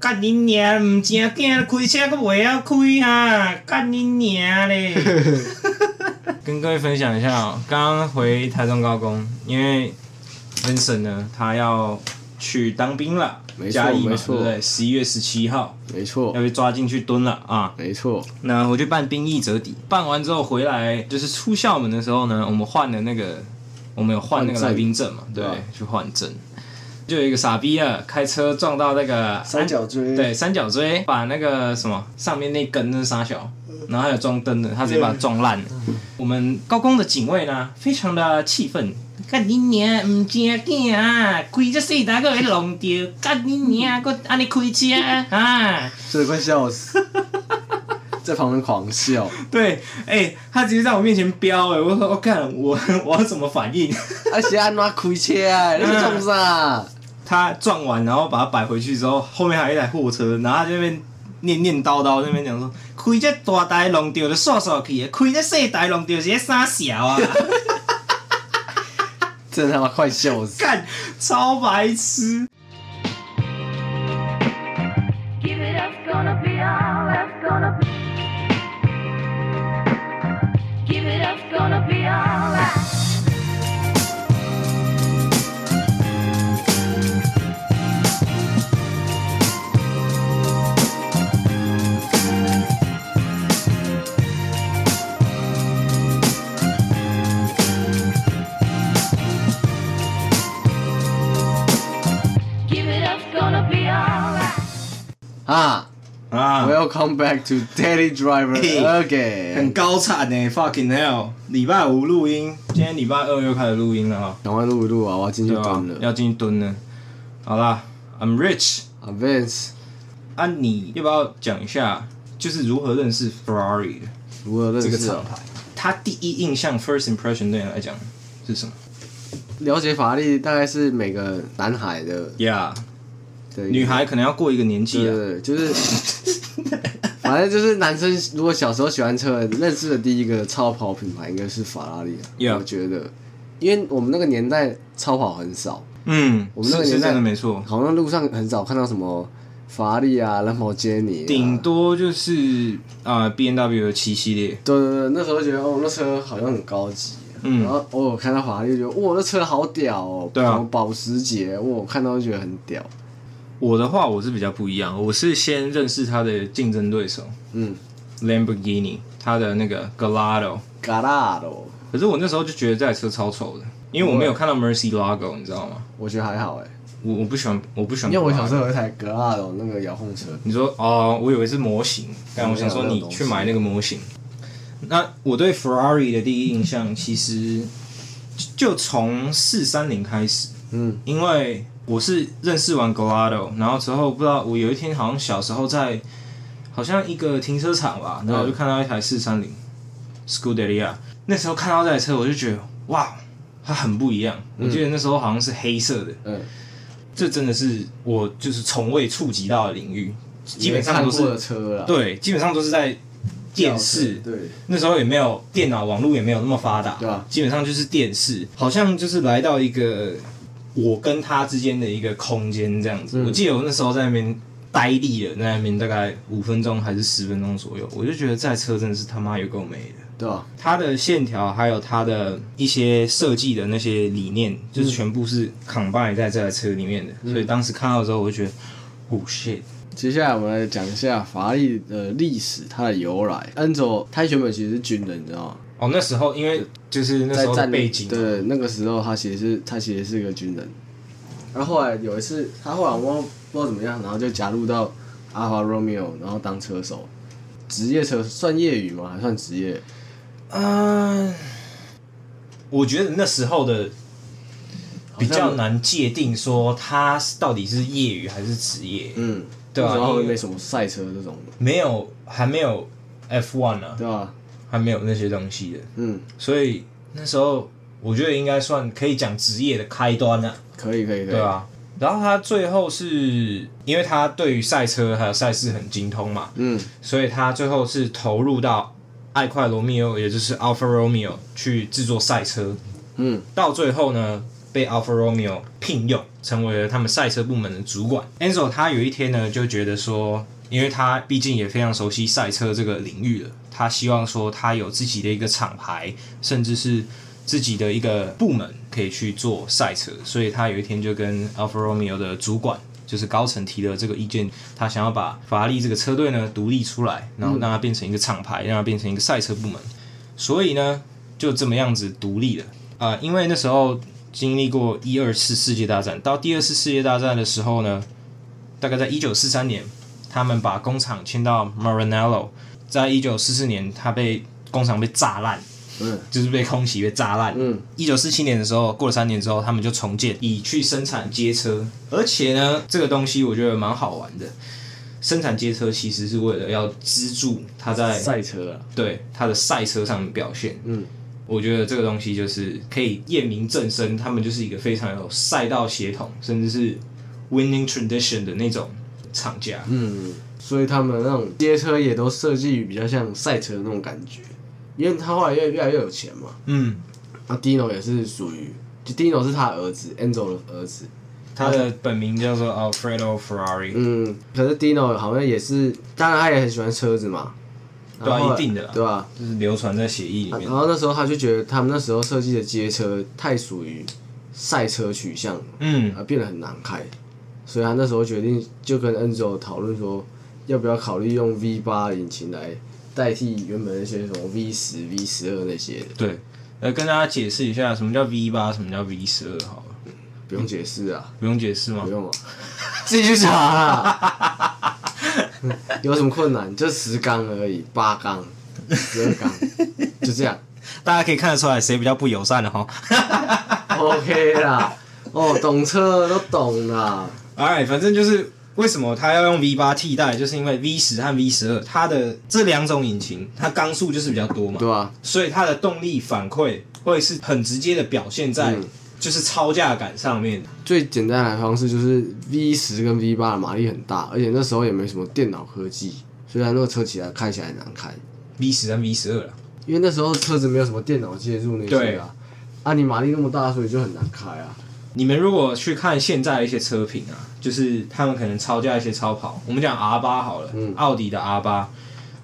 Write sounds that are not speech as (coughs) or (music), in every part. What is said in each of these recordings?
干你娘！毋正经开车，佫袂晓开啊！干你娘嘞！跟各位分享一下、哦，刚刚回台中高工，因为 Vincent 呢，他要去当兵了，没错嘉义嘛，没对错不对？十一月十七号没错要，被抓进去蹲了啊！没错，那我去办兵役折抵，办完之后回来，就是出校门的时候呢，我们换了那个，我们有换那个换证来宾证嘛，对对啊，去换证。就有一个傻逼啊，开车撞到那个三角锥，对，三角锥把那个什么上面那根那沙小，然后还有装灯的，他直接把它撞烂了。我们高工的警卫呢，非常的气愤，干你娘，唔正经啊！开这四台个会弄掉，干你娘，搁安尼开车啊！真的快 (laughs) 笑死，在旁边狂笑，对，哎、他直接在我面前飙、哎，我说我看、我 (laughs) 我要怎么反应？而且安怎开车 (laughs) 啊？你在创啥？他撞完，然后把它摆回去之后，后面还有一台货车，然后他这边念念叨叨那边讲说，开这大台弄掉就煞煞去的，开这细台弄掉是咧啥小啊？ (laughs) 真他妈快笑死！干，超白痴！ Give it up, gonna be all that's gonna be. Give it up, gonna be all that. 啊啊， ，Welcome back to Daily Driver 嘿 again，很高产呢、f u c k i n g hell！礼拜五录音，今天礼拜二又开始录音了哈，赶快录一录啊！我要进去对吧、蹲了。要进去蹲了。好啦，I'm rich。啊 Vance 啊，你要不要讲一下，就是如何认识 Ferrari 的如何认这个识厂啊？牌？他第一印象 （first impression） 对你来讲是什么了解法律大概是每个男孩的？Yeah，的一个女孩可能要过一个年纪对啊。对，对就是 (laughs) 反正就是男生如果小时候喜欢车，认识的第一个超跑品牌应该是法拉利啊 Yeah 我觉得，因为我们那个年代超跑很少，嗯，我们那个是是年代啊真的没错，好像路上很少看到什么法拉利啊、兰博基尼、啊，顶多就是啊、B N W 的七系列。对对对，那时候觉得哦，那车好像很高级。啊嗯然后偶尔看到法拉利，就觉得哇，那车好屌哦！对啊什么保时捷，哇，我看到就觉得很屌。我的话，我是比较不一样，我是先认识他的竞争对手嗯 Lamborghini，他的那个 Gallardo。 g a l a d o 可是我那时候就觉得这台车超丑的，因为我没有看到 Mercy logo，你知道吗？我觉得还好哎，我我不喜欢，我不喜欢。因为我小时候有一台 g a l a d o 那个遥控车，你说哦，我以为是模型，但我想说你去买那个模型。那我对 Ferrari 的第一印象其实就从四三零开始，嗯，因为我是认识完 Gallardo，然后之后不知道我有一天好像小时候在好像一个停车场嗯吧，然后我就看到一台四三零 Scuderia，那时候看到这台车我就觉得哇，它很不一样。我记得那时候好像是黑色的，嗯，这真的是我就是从未触及到的领域，基本上看都过的是啊车了，对，基本上都是在电视。对，那时候也没有电脑，网络也没有那么发达，对啊基本上就是电视，好像就是来到一个我跟他之间的一个空间这样子。嗯我记得我那时候在那边呆立了，在那边大概五分钟还是十分钟左右，我就觉得这台车真的是他妈有够美的。对吧？它的线条还有它的一些设计的那些理念，就是嗯全部是 combine 在这台车里面的，所以当时看到的时候，我就觉得，哦 shit，接下来我们来讲一下法拉利的历史，它的由来。恩佐他原本其实是军人，你知道吗？哦那时候因为就是那在时候的战背景啊嘛，对，那个时候他其实是他其实是个军人，然后后来有一次他后来我忘不知道怎么样，然后就加入到阿法 Romeo，然后当车手，职业车算业余吗？还算职业？嗯，我觉得那时候的比较难界定说他到底是业余还是职业，嗯，对啊然后因为没什么赛车这种的，没有还没有 F1 啊，对吧、还没有那些东西的，嗯，所以那时候我觉得应该算可以讲职业的开端了、啊。可以可以可以，对啊。然后他最后是因为他对于赛车还有赛事很精通嘛，嗯，所以他最后是投入到爱快罗密欧，也就是 Alfa Romeo 去制作赛车。嗯，到最后呢，被 Alfa Romeo 聘用，成为了他们赛车部门的主管。Enzo 他有一天呢，就觉得说，因为他毕竟也非常熟悉赛车这个领域了，他希望说他有自己的一个厂牌，甚至是自己的一个部门可以去做赛车，所以他有一天就跟 Alfa Romeo 的主管。就是高层提的这个意见，他想要把法拉利这个车队呢独立出来，然后让它变成一个厂牌，让它变成一个赛车部门。所以呢，就这么样子独立了啊、因为那时候经历过一二次世界大战，到第二次世界大战的时候呢，大概在一九四三年，他们把工厂迁到 Maranello，在一九四四年，他被工厂被炸烂，嗯就是被空袭被炸烂。嗯，一九四七年的时候，过了三年之后，他们就重建，以去生产街车。而且呢，这个东西我觉得蛮好玩的。生产街车其实是为了要资助他在赛车啊，对他的赛车上面表现。嗯，我觉得这个东西就是可以验明正身，他们就是一个非常有赛道协同，甚至是 winning tradition 的那种厂家。嗯，所以他们那种街车也都设计比较像赛车的那种感觉，因为他后来越越来越有钱嘛，嗯，那 Dino 也是属于，就 Dino 是他儿子，Enzo 的儿子。他的本名叫做 Alfredo Ferrari，、嗯，可是 Dino 好像也是，当然他也很喜欢车子嘛。对啊然后一定的啦对吧、就是流传在协议里面然。后那时候他就觉得他们那时候设计的街车太属于赛车取向了，嗯而变得很难开，所以他那时候决定就跟 Enzo 讨论说，要不要考虑用 V 八引擎来代替原本那些什么 V 十、V 十二那些的，对，呃，跟大家解释一下什么叫 V 八，什么叫 V 十二，好了，不用解释啊，不用解释吗不？用啊，自己去查啦。 (laughs) 有什么困难？就十缸而已，八缸、十二缸，就这样 (laughs) 大家可以看得出来谁比较不友善了哈。 ，OK 啦。哦，懂车都懂啦。哎，反正就是为什么他要用 V 八替代，就是因为 V 十和 V 十二它的这两种引擎，它缸数就是比较多嘛，对啊，所以它的动力反馈会是很直接的表现在嗯就是超价感上面。最简单的方式就是 V 十跟 V 八的马力很大，而且那时候也没什么电脑科技，所以它那个车起来开起来很难开， V 十和 V 十二了，因为那时候车子没有什么电脑介入那些啊。啊，你马力那么大，所以就很难开啊。你们如果去看现在的一些车评啊，就是他们可能超价一些超跑，我们讲 R 八好了，嗯奥、迪的 R 八，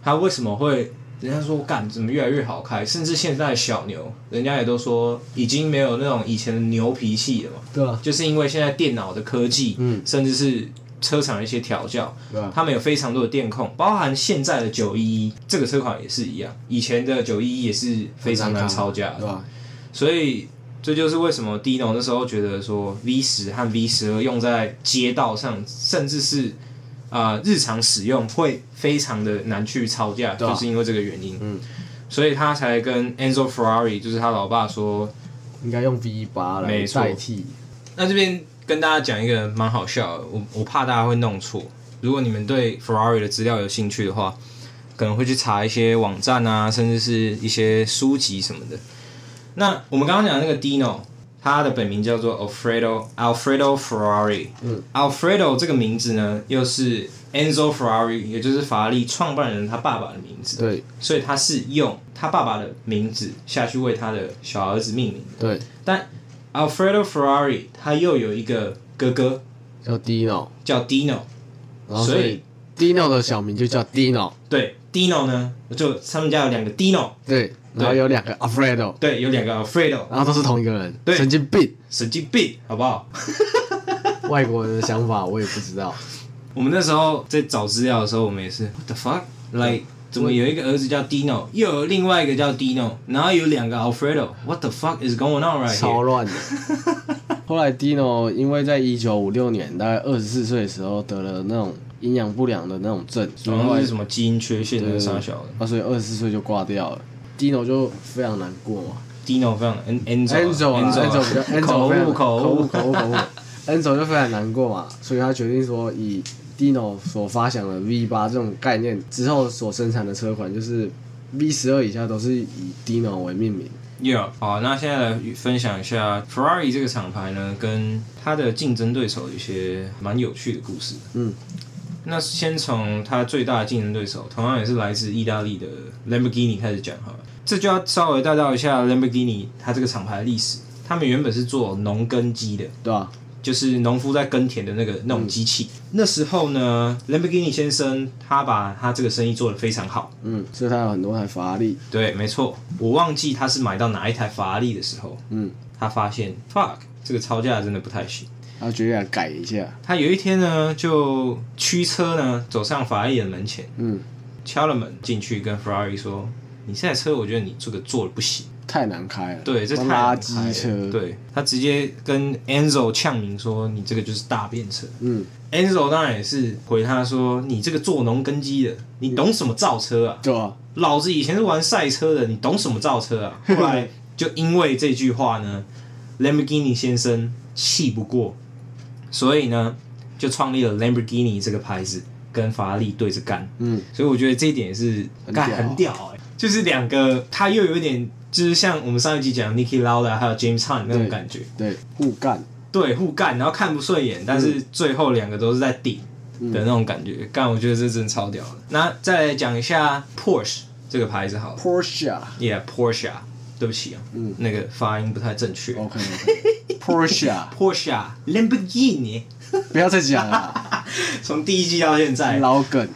它为什么会人家说干怎么越来越好开，甚至现在的小牛，人家也都说已经没有那种以前的牛脾气了嘛，对啊，就是因为现在电脑的科技，嗯甚至是车厂的一些调教，对啊他们有非常多的电控，包含现在的九一一这个车款也是一样，以前的九一一也是非常难超价的对，啊吧？所以这就是为什么 Dino 那时候觉得说 V 十和 V 十二用在街道上，甚至是呃日常使用会非常的难去吵架，对啊就是因为这个原因。嗯，所以他才跟 Enzo Ferrari，就是他老爸说，应该用 V 八来没错代替。那这边跟大家讲一个蛮好笑的，我我怕大家会弄错。如果你们对 Ferrari 的资料有兴趣的话，可能会去查一些网站啊，甚至是一些书籍什么的。那我们刚刚讲的那个 Dino，他的本名叫做 Alfredo Alfredo Ferrari。嗯，Alfredo 这个名字呢，又是 Enzo Ferrari，也就是法拉利创办人他爸爸的名字，对所以他是用他爸爸的名字下去为他的小儿子命名。对，但 Alfredo Ferrari 他又有一个哥哥叫 Dino，叫 Dino，然后所所以以 Dino 的小名就叫 Dino，对 Dino 呢，就他们家有两个 Dino，对，然后有两个 Alfredo，对，有两个 Alfredo，然后都是同一个人，对神经病，神经病，好不好？外国人的想法我也不知道， (laughs) 我们那时候在找资料的时候，我们也是 What the fuck，like 怎么有一个儿子叫 Dino，又有另外一个叫 Dino，然后有两个 Alfredo，What the fuck is going on right 超 here？乱的。后来 Dino 因为在一九五六年，大概二十四岁的时候得了那种营养不良的那种症，然后是什么？么基因缺陷对的对啥对小的啊，所以二十四岁就挂掉了。Dino 就非常难过嘛，Dino 非常 En Enzo 啊 Enzo 比较 Enzo 口 Enzo 非常误口误口误口误 Enzo 就非常难过嘛，所以他决定说以 Dino 所发想的 V 八这种概念之后所生产的车款，就是 V 十二以下都是以 Dino 为命名。 Yeah，好，那现在来分享一下 Ferrari 这个厂牌呢，跟它的竞争对手有一些蛮有趣的故事。嗯，那先从它最大的竞争对手，同样也是来自意大利的 Lamborghini 开始讲好了。这就要稍微带到一下 Lamborghini 它这个厂牌的历史。他们原本是做农耕机的，对吧、就是农夫在耕田的那个那种机器。那时候呢，Lamborghini 先生他把他这个生意做得非常好。嗯，所以他有很多台法拉利，对，没错，我忘记他是买到哪一台法拉利的时候，嗯，他发现 fuck 这个超价真的不太行。他决定来改一下，他有一天呢，就驱车呢走上法拉利的门前，嗯，敲了门进去，跟 Ferrari 说：“你这台车，我觉得你这个做的不行。”太难开了，对，这太垃难开了圾车，，对他直接跟 Enzo 呛明说：“你这个就是大便车。嗯， ”Enzo 当然也是回他说：“你这个做农耕机的，你懂什么造车啊？对吧、老子以前是玩赛车的，你懂什么造车 (laughs) 啊？”后来就因为这句话呢，Lamborghini 先生气不过，所以呢就创立了 Lamborghini 这个牌子，跟法拉利对着干。嗯，所以我觉得这一点也是很干屌很屌哎、就是两个他又有一点就是像我们上一集讲 Nicky Lauda 还有 James Hunt 那种对感觉，对，互干，对互干，然后看不顺眼，但是嗯最后两个都是在顶的那种感觉，干、我觉得这真的超屌的。那再来讲一下 Porsche 这个牌子好了 Porsche。 ，Yeah Porsche，对不起啊，嗯哦那个发音不太正确。 OK OK Porsche， (laughs) Porsche 啊 Lamborghini，不要再讲了，从第一季到现在，老梗。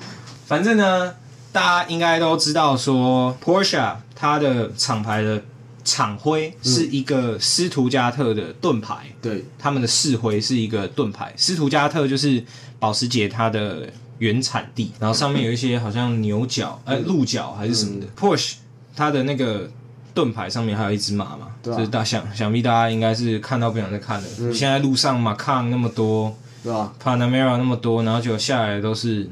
反正呢，大家应该都知道说，Porsche 啊它的厂牌的厂徽是一个斯图加特的盾牌，对，他们的市徽是一个盾牌。斯图加特就是保时捷它的原产地，然后上面有一些好像牛角、呃鹿角还是什嗯么的。Porsche 它的那个。盾牌上面还有一只马嘛，对啊嗯就是大想想必大家应该是看到不想再看了。现在路上马抗那么多对吧？ ，Panamera 那么多，然后就下来的都是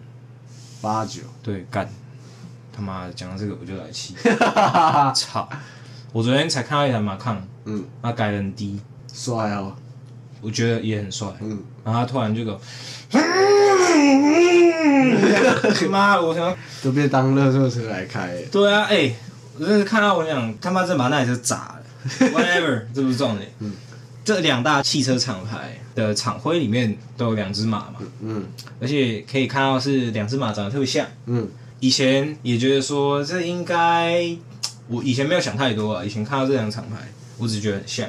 八九， (laughs) 对，干他妈的讲到这个我就来气，操！我昨天才看到一台马抗，嗯，它改得很低，帅哦，我觉得也很帅，嗯，然后他突然就 (laughs) 个，妈的，我想，都被当乐色车来开耶。对啊，哎、我真是看到我想他妈真把那台车砸 (laughs) 了，whatever，这不是重点，嗯，这两大汽车厂牌的厂徽里面都有两只马嘛，嗯而且可以看到是两只马长得特别像。嗯，以前也觉得说这应该，我以前没有想太多啊。以前看到这两厂牌，我只觉得很像，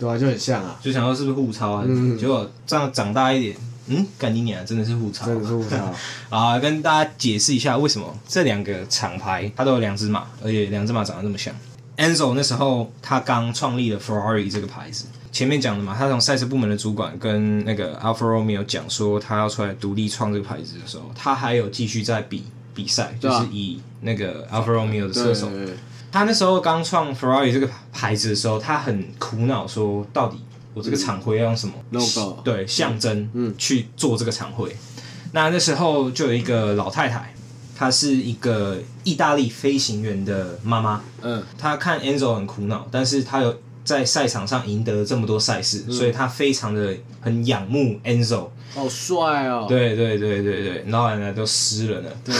对啊，就很像啊，就想到是不是互抄啊？嗯结果这样长大一点，嗯，干你娘，真的是互抄真的是不 (laughs) 错。啊！跟大家解释一下为什么这两个厂牌它都有两只马，而且两只马长得这么像。Enzo 那时候他刚创立了 Ferrari 这个牌子，前面讲的嘛，他从赛车部门的主管跟那个 Alfa Romeo 讲说他要出来独立创这个牌子的时候，他还有继续在比比赛，就对啊是以那个 Alfa Romeo 的对车手。他那时候刚创 Ferrari 这个牌子的时候，他很苦恼，说到底我这个厂徽要用什么 Logo 对象征，嗯去做这个厂徽。那那时候就有一个老太太，她是一个意大利飞行员的妈妈，嗯，她看 Enzo 很苦恼，但是她有在赛场上赢得这么多赛事，所以她非常的很仰慕 Enzo。好帅哦。对对对对对，然后奶奶都湿了呢。对。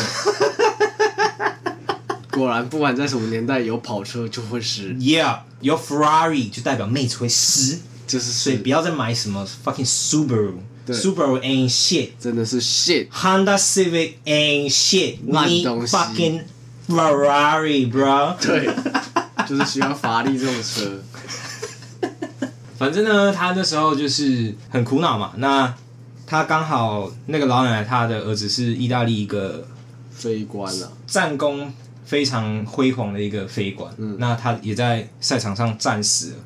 果然，不管在什么年代，有跑车就会是， Yeah，有 Ferrari 就代表妹子会湿。就是所以不是，要再买什么 fucking Subaru。对 Subaru ain't shit。真的是 shit。 Honda Civic ain't shit。烂你东西 fucking Ferrari bro。 (laughs) 对，就是需要法拉利这种车。反正呢，他那时候就是很苦恼嘛。那他刚好那个老奶奶，她的儿子是意大利一个飞官啊，战功非常辉煌的一个飞官，嗯那他也在赛场上战死了。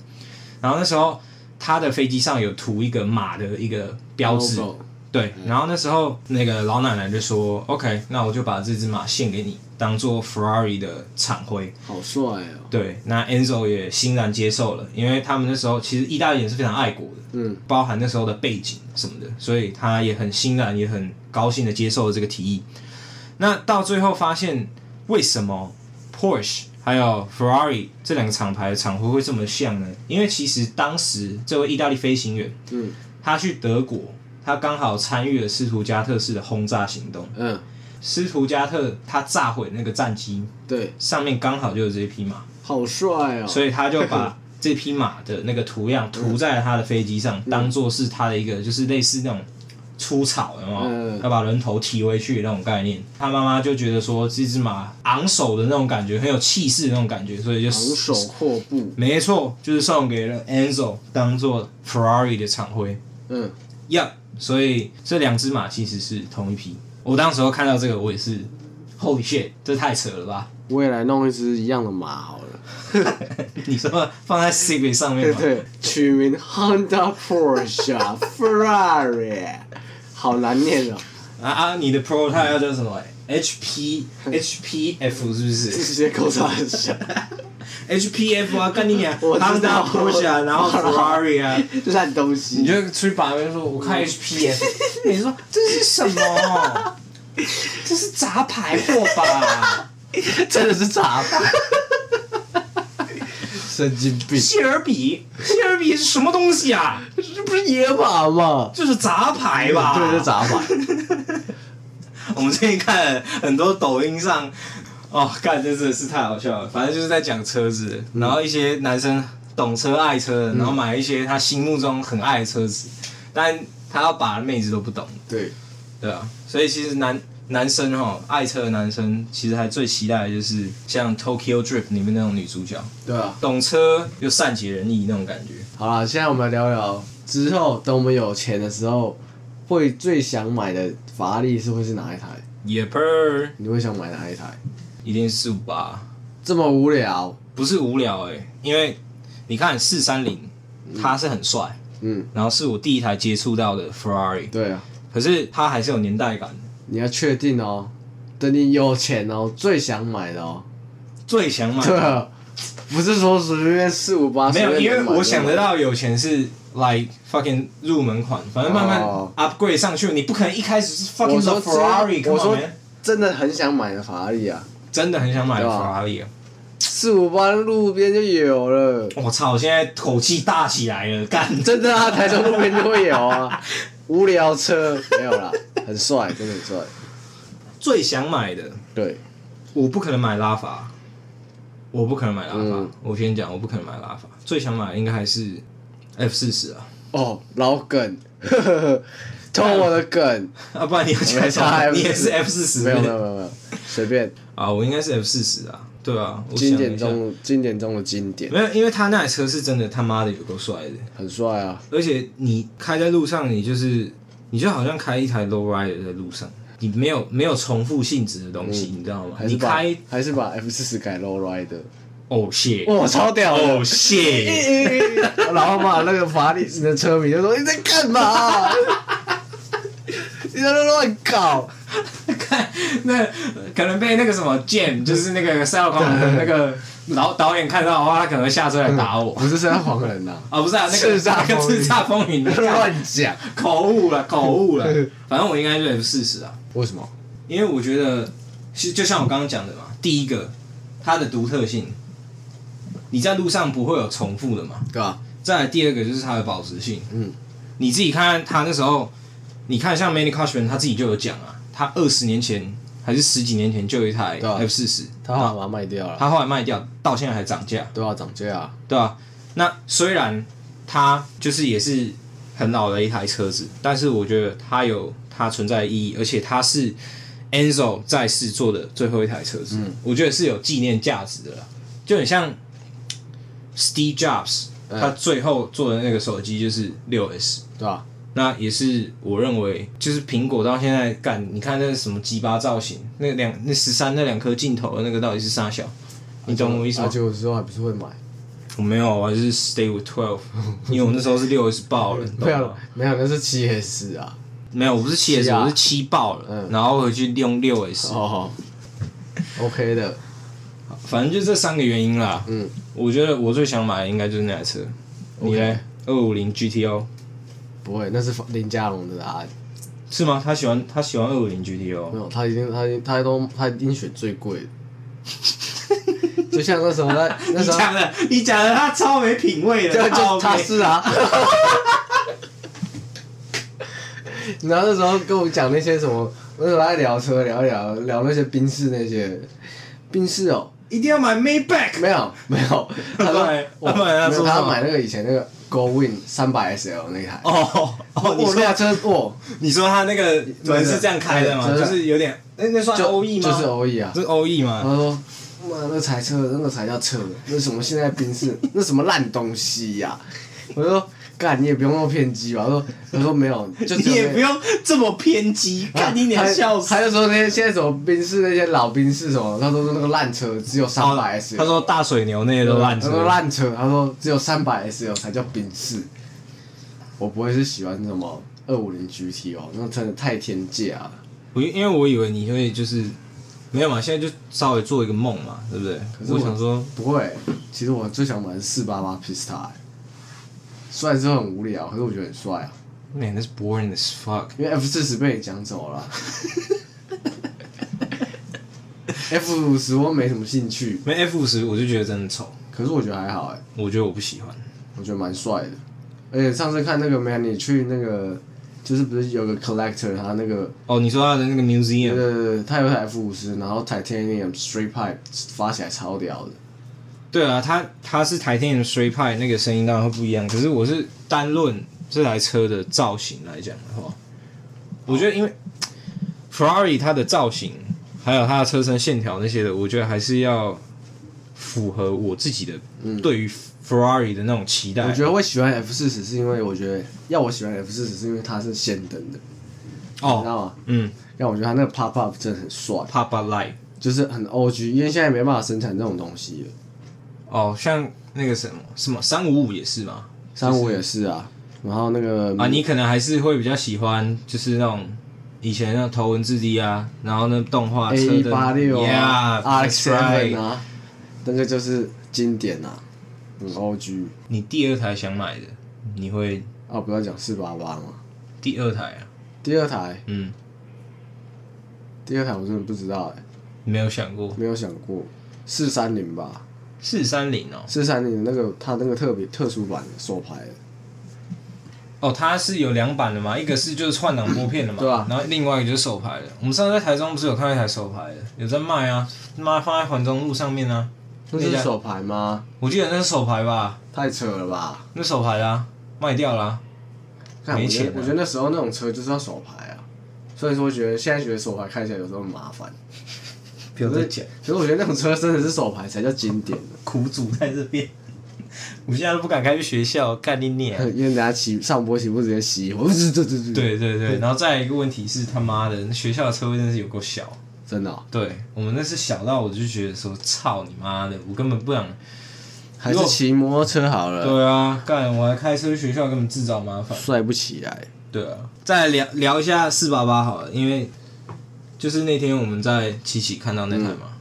然后那时候他的飞机上有涂一个马的一个标志 Logo 对。然后那时候那个老奶奶就说：“OK，那我就把这只马献给你，当做 Ferrari 的厂徽。好帅哦”。对，那 Enzo 也欣然接受了，因为他们那时候其实意大利人是非常爱国的，嗯，包含那时候的背景什么的，所以他也很欣然，也很高兴的接受了这个提议。那到最后发现，为什么 Porsche 还有 Ferrari 这两个厂牌的厂徽会这么像呢？因为其实当时这位意大利飞行员，嗯他去德国，他刚好参与了斯图加特式的轰炸行动。嗯，斯图加特他炸毁那个战机，对，上面刚好就有这匹马，好帅哦。所以他就 (laughs) 把这嗯匹马的那个图样涂在他的飞机上，当做是他的一个就是类似那种出草，有没有？嗯要把人头提回去那种概念。他妈妈就觉得说这只马昂首的那种感觉，很有气势的那种感觉，所以就昂首阔步，没错，就是送给了 Enzo 当做 Ferrari 的厂徽。嗯， Yup，所以这两只马其实是同一批。我当时候看到这个，我也是 Holy shit，这太扯了吧！ (laughs) 我也来弄一只一样的马好了。 (laughs) 你说放在 Civic 上面对吗？对，取名 Honda Porsche Ferrari，好 (laughs) 难念哦，啊啊，你的 Prototype 要叫什么？HP HPF 是不这是 (laughs) 些狗杂 (laughs) 想， ？HPF 啊，干你娘 (laughs) 我知道！Honda Porsche (laughs) 啊，然后 Ferrari 啊，烂东你西。就出去把门说，我看 (laughs) HPF，你说这是什么？这是杂牌货 (laughs) 吧？真的是杂吧？ (laughs) 神经病！谢尔比，谢尔比是什么东西啊？这不是野马吗？就是杂牌吧？对，(laughs) 是。杂牌。我们最近看了很多抖音上，哦，干，这真的是太好笑了。反正就是在讲车子，然后一些男生懂车爱车的，然后买一些他心目中很爱的车子，但他要把妹子都不懂，对，对啊。所以其实男男生哈，爱车的男生其实还最期待的就是像 Tokyo Drift 里面那种女主角，对啊。懂车又善解人意那种感觉。好了，现在我们来聊聊之后，等我们有钱的时候，会最想买的法拉利是会是哪一台？也 e 你会想买哪一台？一定是吧？这么无聊，不是无聊哎、因为你看四三零，它是很帅，嗯，然后是我第一台接触到的 Ferrari，对啊，可是它还是有年代感的。你要确定哦，等你有钱哦，最想买的哦，最想买对啊，不是说随便四五八，没有，随因为便能买哦我想得就买，到有钱是 like fucking 入门款，反正慢慢哦 upgrade 上去，你不可能一开始是 fucking 我说 the Ferrari，只要 come 我 on 说 man 真的很想买的法拉利啊，真的很想买对吧 Ferrari 啊。四五八路边就有了，我操！我现在口气大起来了，干！真的啊，台中路边就会有啊，无聊车没有啦，很帅，真的很帅，最想买的，对，我不可能买拉法，我不可能买拉法。嗯我先讲，我不可能买拉法。最想买的应该还是 F 四十啊，哦，老梗， (laughs) 呵呵呵，偷我的梗，啊，不然你要讲什我没么？差你也是 F 四十？没有没有没有没有，随便，啊，我应该是 F 四十啊，对啊，我经想了典一下中经典中的经典，没有，因为他那台车是真的他妈的有够帅的，很帅啊，而且你开在路上，你就是你就好像开一台 low rider 在路上，你没有没有重复性质的东西，你知道吗？嗯还你是把开还是把 F 四十改 low rider，哦 shit，哇，超屌的！哦 shit， (laughs) 然后嘛，那个法力斯的车迷就说：“你在干嘛？ (laughs) 你在那乱搞看 (laughs) 那可能被那个什么 Jam，就是那个赛道狂的那个老导演看到的话，他可能会下车来打！”我。 (laughs) 不是在黄人呐、啊，不是啊，那个叱咤那个风云叱咤风云你在的 (laughs) 乱讲。口误了，口误了。反正我应该就 F 四十啊，为什么？因为我觉得，其实就像我刚刚讲的嘛，第一个它的独特性，你在路上不会有重复的嘛。对吧、再来第二个就是它的保值性，嗯，你自己看他那时候，你看像 Many Cushman 他自己就有讲啊，他二十年前还是十几年前就有一台对啊 F 四十，他好像把它卖掉了，他后来卖掉，到现在还涨价。对啊，涨价啊。对吧、那虽然它就是也是很老的一台车子，但是我觉得它有它存在的意义，而且它是 Enzo 在世做的最后一台车子，我觉得是有纪念价值的啦。就很像 Steve Jobs 嗯他最后做的那个手机就是六 S。对吧、那也是我认为，就是苹果到现在干，你看那是什么鸡巴造型，那两那十三那两颗镜头的那个到底是啥小？你懂我意思吗而？且我之后还不是会买，我没有，我还是 stay with twelve，因 (laughs) 为我那时候是六 S 爆了，你懂没有吗？啊没有，那是七 S 啊。没有，我不是七 S，是啊我是七爆了，嗯然后回去用六 S，、哦，OK 的，反正就这三个原因啦。嗯，我觉得我最想买的应该就是那台车。你嘞？二五零 GTO 不会，那是林家龙的答案。是吗？他喜欢他喜欢二五零没 GTO，有，他已经他已经他都他已经选最 (laughs) 贵的，就像那时候在那你时候讲的你讲的他超没品味的，就就靠他北是啊。然后那时候跟我讲那些什么，我那时候在聊车，聊一聊聊那些宾士那些，宾士哦，一定要买 Maybach，没有没有，他不说然我不然他没有说什他么买那个以前那个 Go Win 三百 SL 那台。哦哦，你我那说台车哇，你说他那个门是这样开的吗？对对就是有点，那那算就 O E 吗？就是 OE 啊。是 O E 吗？他说：“妈，那台车那个才叫车，那什么现在宾 (laughs) 士，那什么烂东西呀、我说：“干，你也不用那么偏激吧？”他说：“他说没有，就只你有也那不用这么偏 (laughs) 激，啊看你俩笑死他。他就说那些现在什么宾士那些老宾士什么，他说那个烂车只有三百 S，哦他说大水牛那些都烂他说车， (laughs) 烂车，他说只有三百 S 有才叫宾士。我不会是喜欢什么二五零 GT 哦，那真的太天价了。我因为我以为你会就是没有嘛，现在就稍微做一个梦嘛，对不对？可是我想说，不会，其实我最想买的是四八八 Pista，、欸、虽然说很无聊，可是我觉得很帅啊。 man that's boring as fuck。因为 F 四十被你讲走了啊 (laughs) ，F 五十我没什么兴趣，没 F 五十我就觉得真的丑，可是我觉得还好哎、欸我觉得我不喜欢。我觉得蛮帅的。而且上次看那个 Man，你去那个就是不是有个 Collector，他那个哦，你说他的那个 museum，呃，他有台 F 五十，然后 Titanium Straight Pipe 发起来超屌的。对啊，他他是台电的 t r a i g 派，那个声音当然会不一样。可是我是单论这台车的造型来讲的话，我觉得因为 Ferrari 它的造型还有它的车身线条那些的，我觉得还是要符合我自己的对于 Ferrari 的那种期待。嗯我觉得会喜欢 F 四十是因为我觉得要我喜欢 F 四十是因为它是先灯的，你知哦，道吗？嗯让我觉得它那个 Pop Up 真的很帅， ，Papa Light，就是很 OG，因为现在没办法生产这种东西了。哦，像那个什么什么三五五也是嘛，三五也是啊，然后那个啊，你可能还是会比较喜欢，就是那种以前那种头文字 D 啊，然后那动画 A 车一的八六啊 y e ，RX x right Seven。啊，那个就是经典啊，很 OG。你第二台想买的，你会啊，不要讲四八八嘛。第二台啊？第二台，嗯，第二台我真的不知道哎、没有想过没有想过，四三零吧，四三零哦，四三零那个它那个特别特殊版的手牌的，哦，它是有两版的嘛，一个是就是换挡拨片的嘛，对啊然后另外一个就是手牌的。我们上次在台中不是有看到一台手牌的，有在卖啊，妈放在环中路上面啊，那那是家手牌吗？我记得那是手牌吧，太扯了吧！那手牌啊，卖掉了啊、看没我觉钱啊得，我觉得那时候那种车就是要手牌啊，所以说我觉得现在觉得手牌开起来有时候很麻烦。不要再讲，可是我觉得那种车真的是手牌才叫经典的，苦主在这边， (laughs) 我现在都不敢开去学校，干你娘！因为人家骑上坡起步直接熄火，这这这，对对对，然后再来一个问题是他妈的，那学校的车位真的是有够小。真的哦、对我们那次小到我就觉得说，操你妈的，我根本不想。还是骑摩托车好了，对啊，干我还开车去学校，根本自找麻烦。帅不起来。对啊，再来聊聊一下四八八好了，因为就是那天我们在七七看到那台嘛。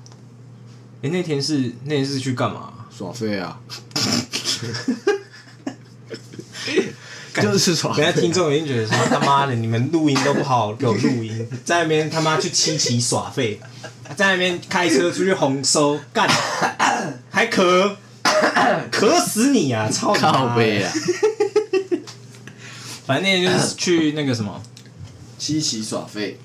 诶，那天是那天是去干嘛？耍废 (laughs) 啊！就是 (laughs) 耍人废家啊。听众已经觉得说他妈的，你们录音都不好好给我录音， (laughs) 在那边他妈去七七耍废，在那边开车出去红收干， (coughs) 还咳， (coughs) 咳死你啊！操你妈的 (laughs) 靠背！啊！反正那天就是去那个什么，七喜耍废，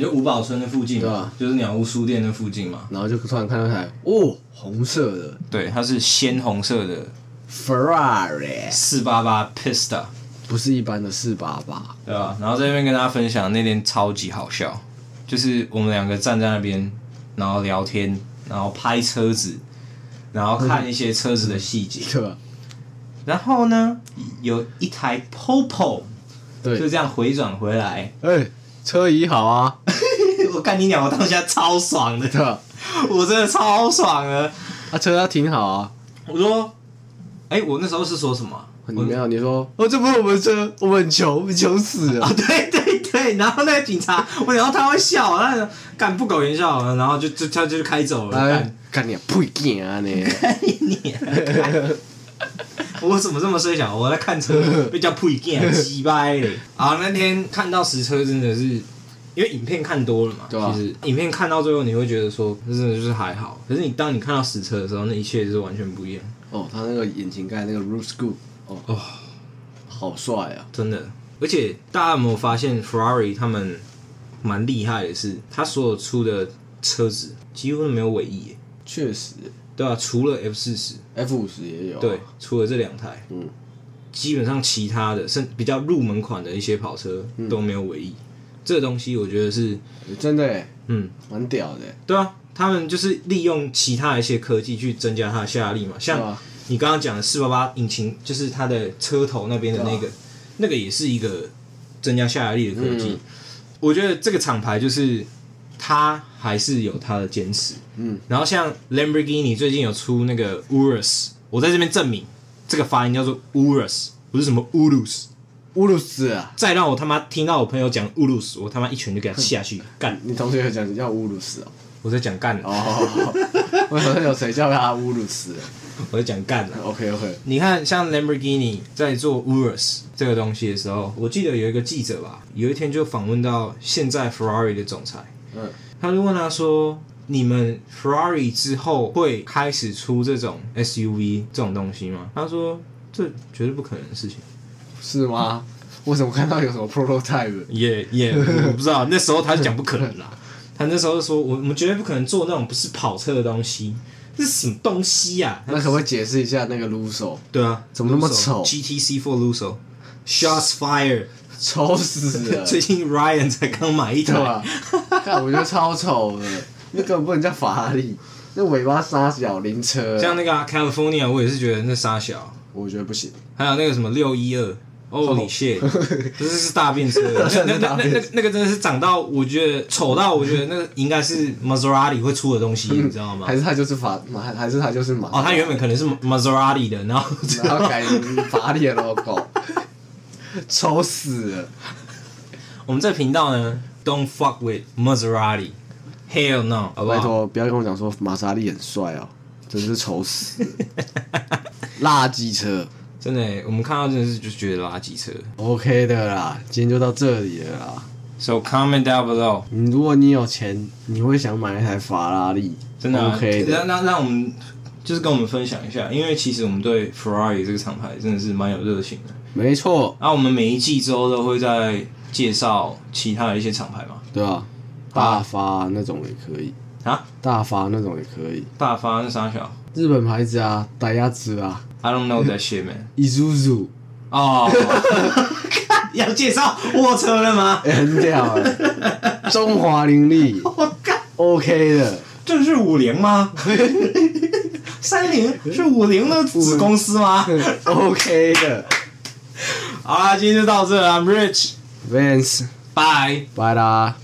就五堡村的附近对嘛啊，就是鸟屋书店的附近嘛。然后就突然看到一台哦，红色的对，它是鲜红色的 Ferrari，四八八 Pista，不是一般的四八八，对吧、然后在那边跟大家分享那天超级好笑，就是我们两个站在那边，然后聊天，然后拍车子，然后看一些车子的细节。对然后呢，有一台 Popo 就对，这样回转回来， (laughs) 哎，车椅好 (laughs) 啊，我干你鸟，我当下超爽的，对啊，我真的超爽的。啊车要停好啊，我说，哎、我那时候是说什么啊？你我没有，你说哦，这不是我们的车，我们很穷，我们穷死啊， (laughs) (laughs) 了，对对对，然后那个警察，我然后他会笑，他就干不苟言笑，然后就就他就开走了，哎干，干你啊不行啊 (laughs) 你， (laughs) 你啊！干我怎么这么衰小？我在看车，被叫配件鸡掰嘞。啊，那天看到实车真的是，因为影片看多了嘛，对啊其实影片看到最后你会觉得说，这真的就是还好。可是你当你看到实车的时候，那一切就是完全不一样。哦，他那个引擎盖那个 Roof Scoop，哦哦哦，好帅啊，真的。而且大家有没有发现，Ferrari 他们蛮厉害的是，他所有出的车子几乎都没有尾翼耶，确实对啊，除了 F 四十， ，F 五十也有啊，对，除了这两台，嗯，基本上其他的甚比较入门款的一些跑车嗯都没有尾翼，这个东西我觉得是真的耶，嗯，蛮屌的耶，对啊，他们就是利用其他一些科技去增加它的下压力嘛，对像啊你刚刚讲的四八八引擎，就是它的车头那边的那个，那个也是一个增加下压力的科技。嗯我觉得这个厂牌就是它还是有它的坚持，嗯，然后像 Lamborghini 最近有出那个 Urus，我在这边证明这个发音叫做 Urus，不是什么 Urus。乌鲁斯啊，再让我他妈听到我朋友讲 Urus，我他妈一拳就给他 (laughs) 下去干！你同学有讲叫乌鲁斯 (laughs) 哦，我在讲干了，哦，我想说有谁叫他乌鲁斯啊我在讲干了。 ？OK OK，你看，像 Lamborghini 在做 Urus 这个东西的时候，我记得有一个记者吧，有一天就访问到现在 Ferrari 的总裁，嗯，他就问他说：“你们 Ferrari 之后会开始出这种 SUV 这种东西吗？”他说：“这绝对不可能的事情。是吗？我怎么看到有什么 prototype？ (laughs) 也也我不知道，那 (laughs) 时候他就讲不可能啦。他那时候就说：“我我们绝对不可能做那种不是跑车的东西，这是什么东西呀、那可不可以解释一下那个 Luso？对啊，怎么那么丑？GTC for Lusso。Shots fire！丑死 (laughs) 了，最近 Ryan 才刚买一对台，吧？看我觉得超丑的，那根本不能叫法拉利，那尾巴沙小灵车，像那个啊 California，我也是觉得那傻小，我觉得不行。还有那个什么六一二。哦，你谢，这是大便 (laughs) 车，那那那那那那个真的是长到我觉得丑到我觉得那个应该是 Maserati 会出的东西，你知道吗还？是他就是法，还还是他就是马。哦，它原本可能是 Maserati 的，然后 (laughs) 然后改法拉利的 logo，丑死了。我们这频道呢，Don't fuck with Maserati，Hell no，好不拜好？托，不要跟我讲说玛莎拉蒂很帅哦，真是丑死了。垃圾车 (laughs) 真的耶，我们看到真的是就觉得垃圾车。 ，OK 的啦，今天就到这里了啦。 So comment down below，你如果你有钱，你会想买一台法拉利，真的啊、 OK 的。让让让我们就是跟我们分享一下，因为其实我们对 Ferrari 这个厂牌真的是蛮有热情的。啊没错，那、我们每一季之后都会在介绍其他的一些厂牌嘛，对啊，大发那种也可以，啊，大发那种也可以，大发那傻小日本牌子啊，达亚兹啊，I don't know that shit (laughs) man。 ，Isuzu，哦，看 (laughs) 要介绍货车了吗？欸很屌欸，中华凌厉我干， ，OK 的，这是五菱吗？三菱是五菱的子公司 (laughs) 吗？ ，OK 的好啦，今天就到这了，I'm Rich， ，Vans，拜。拜啦。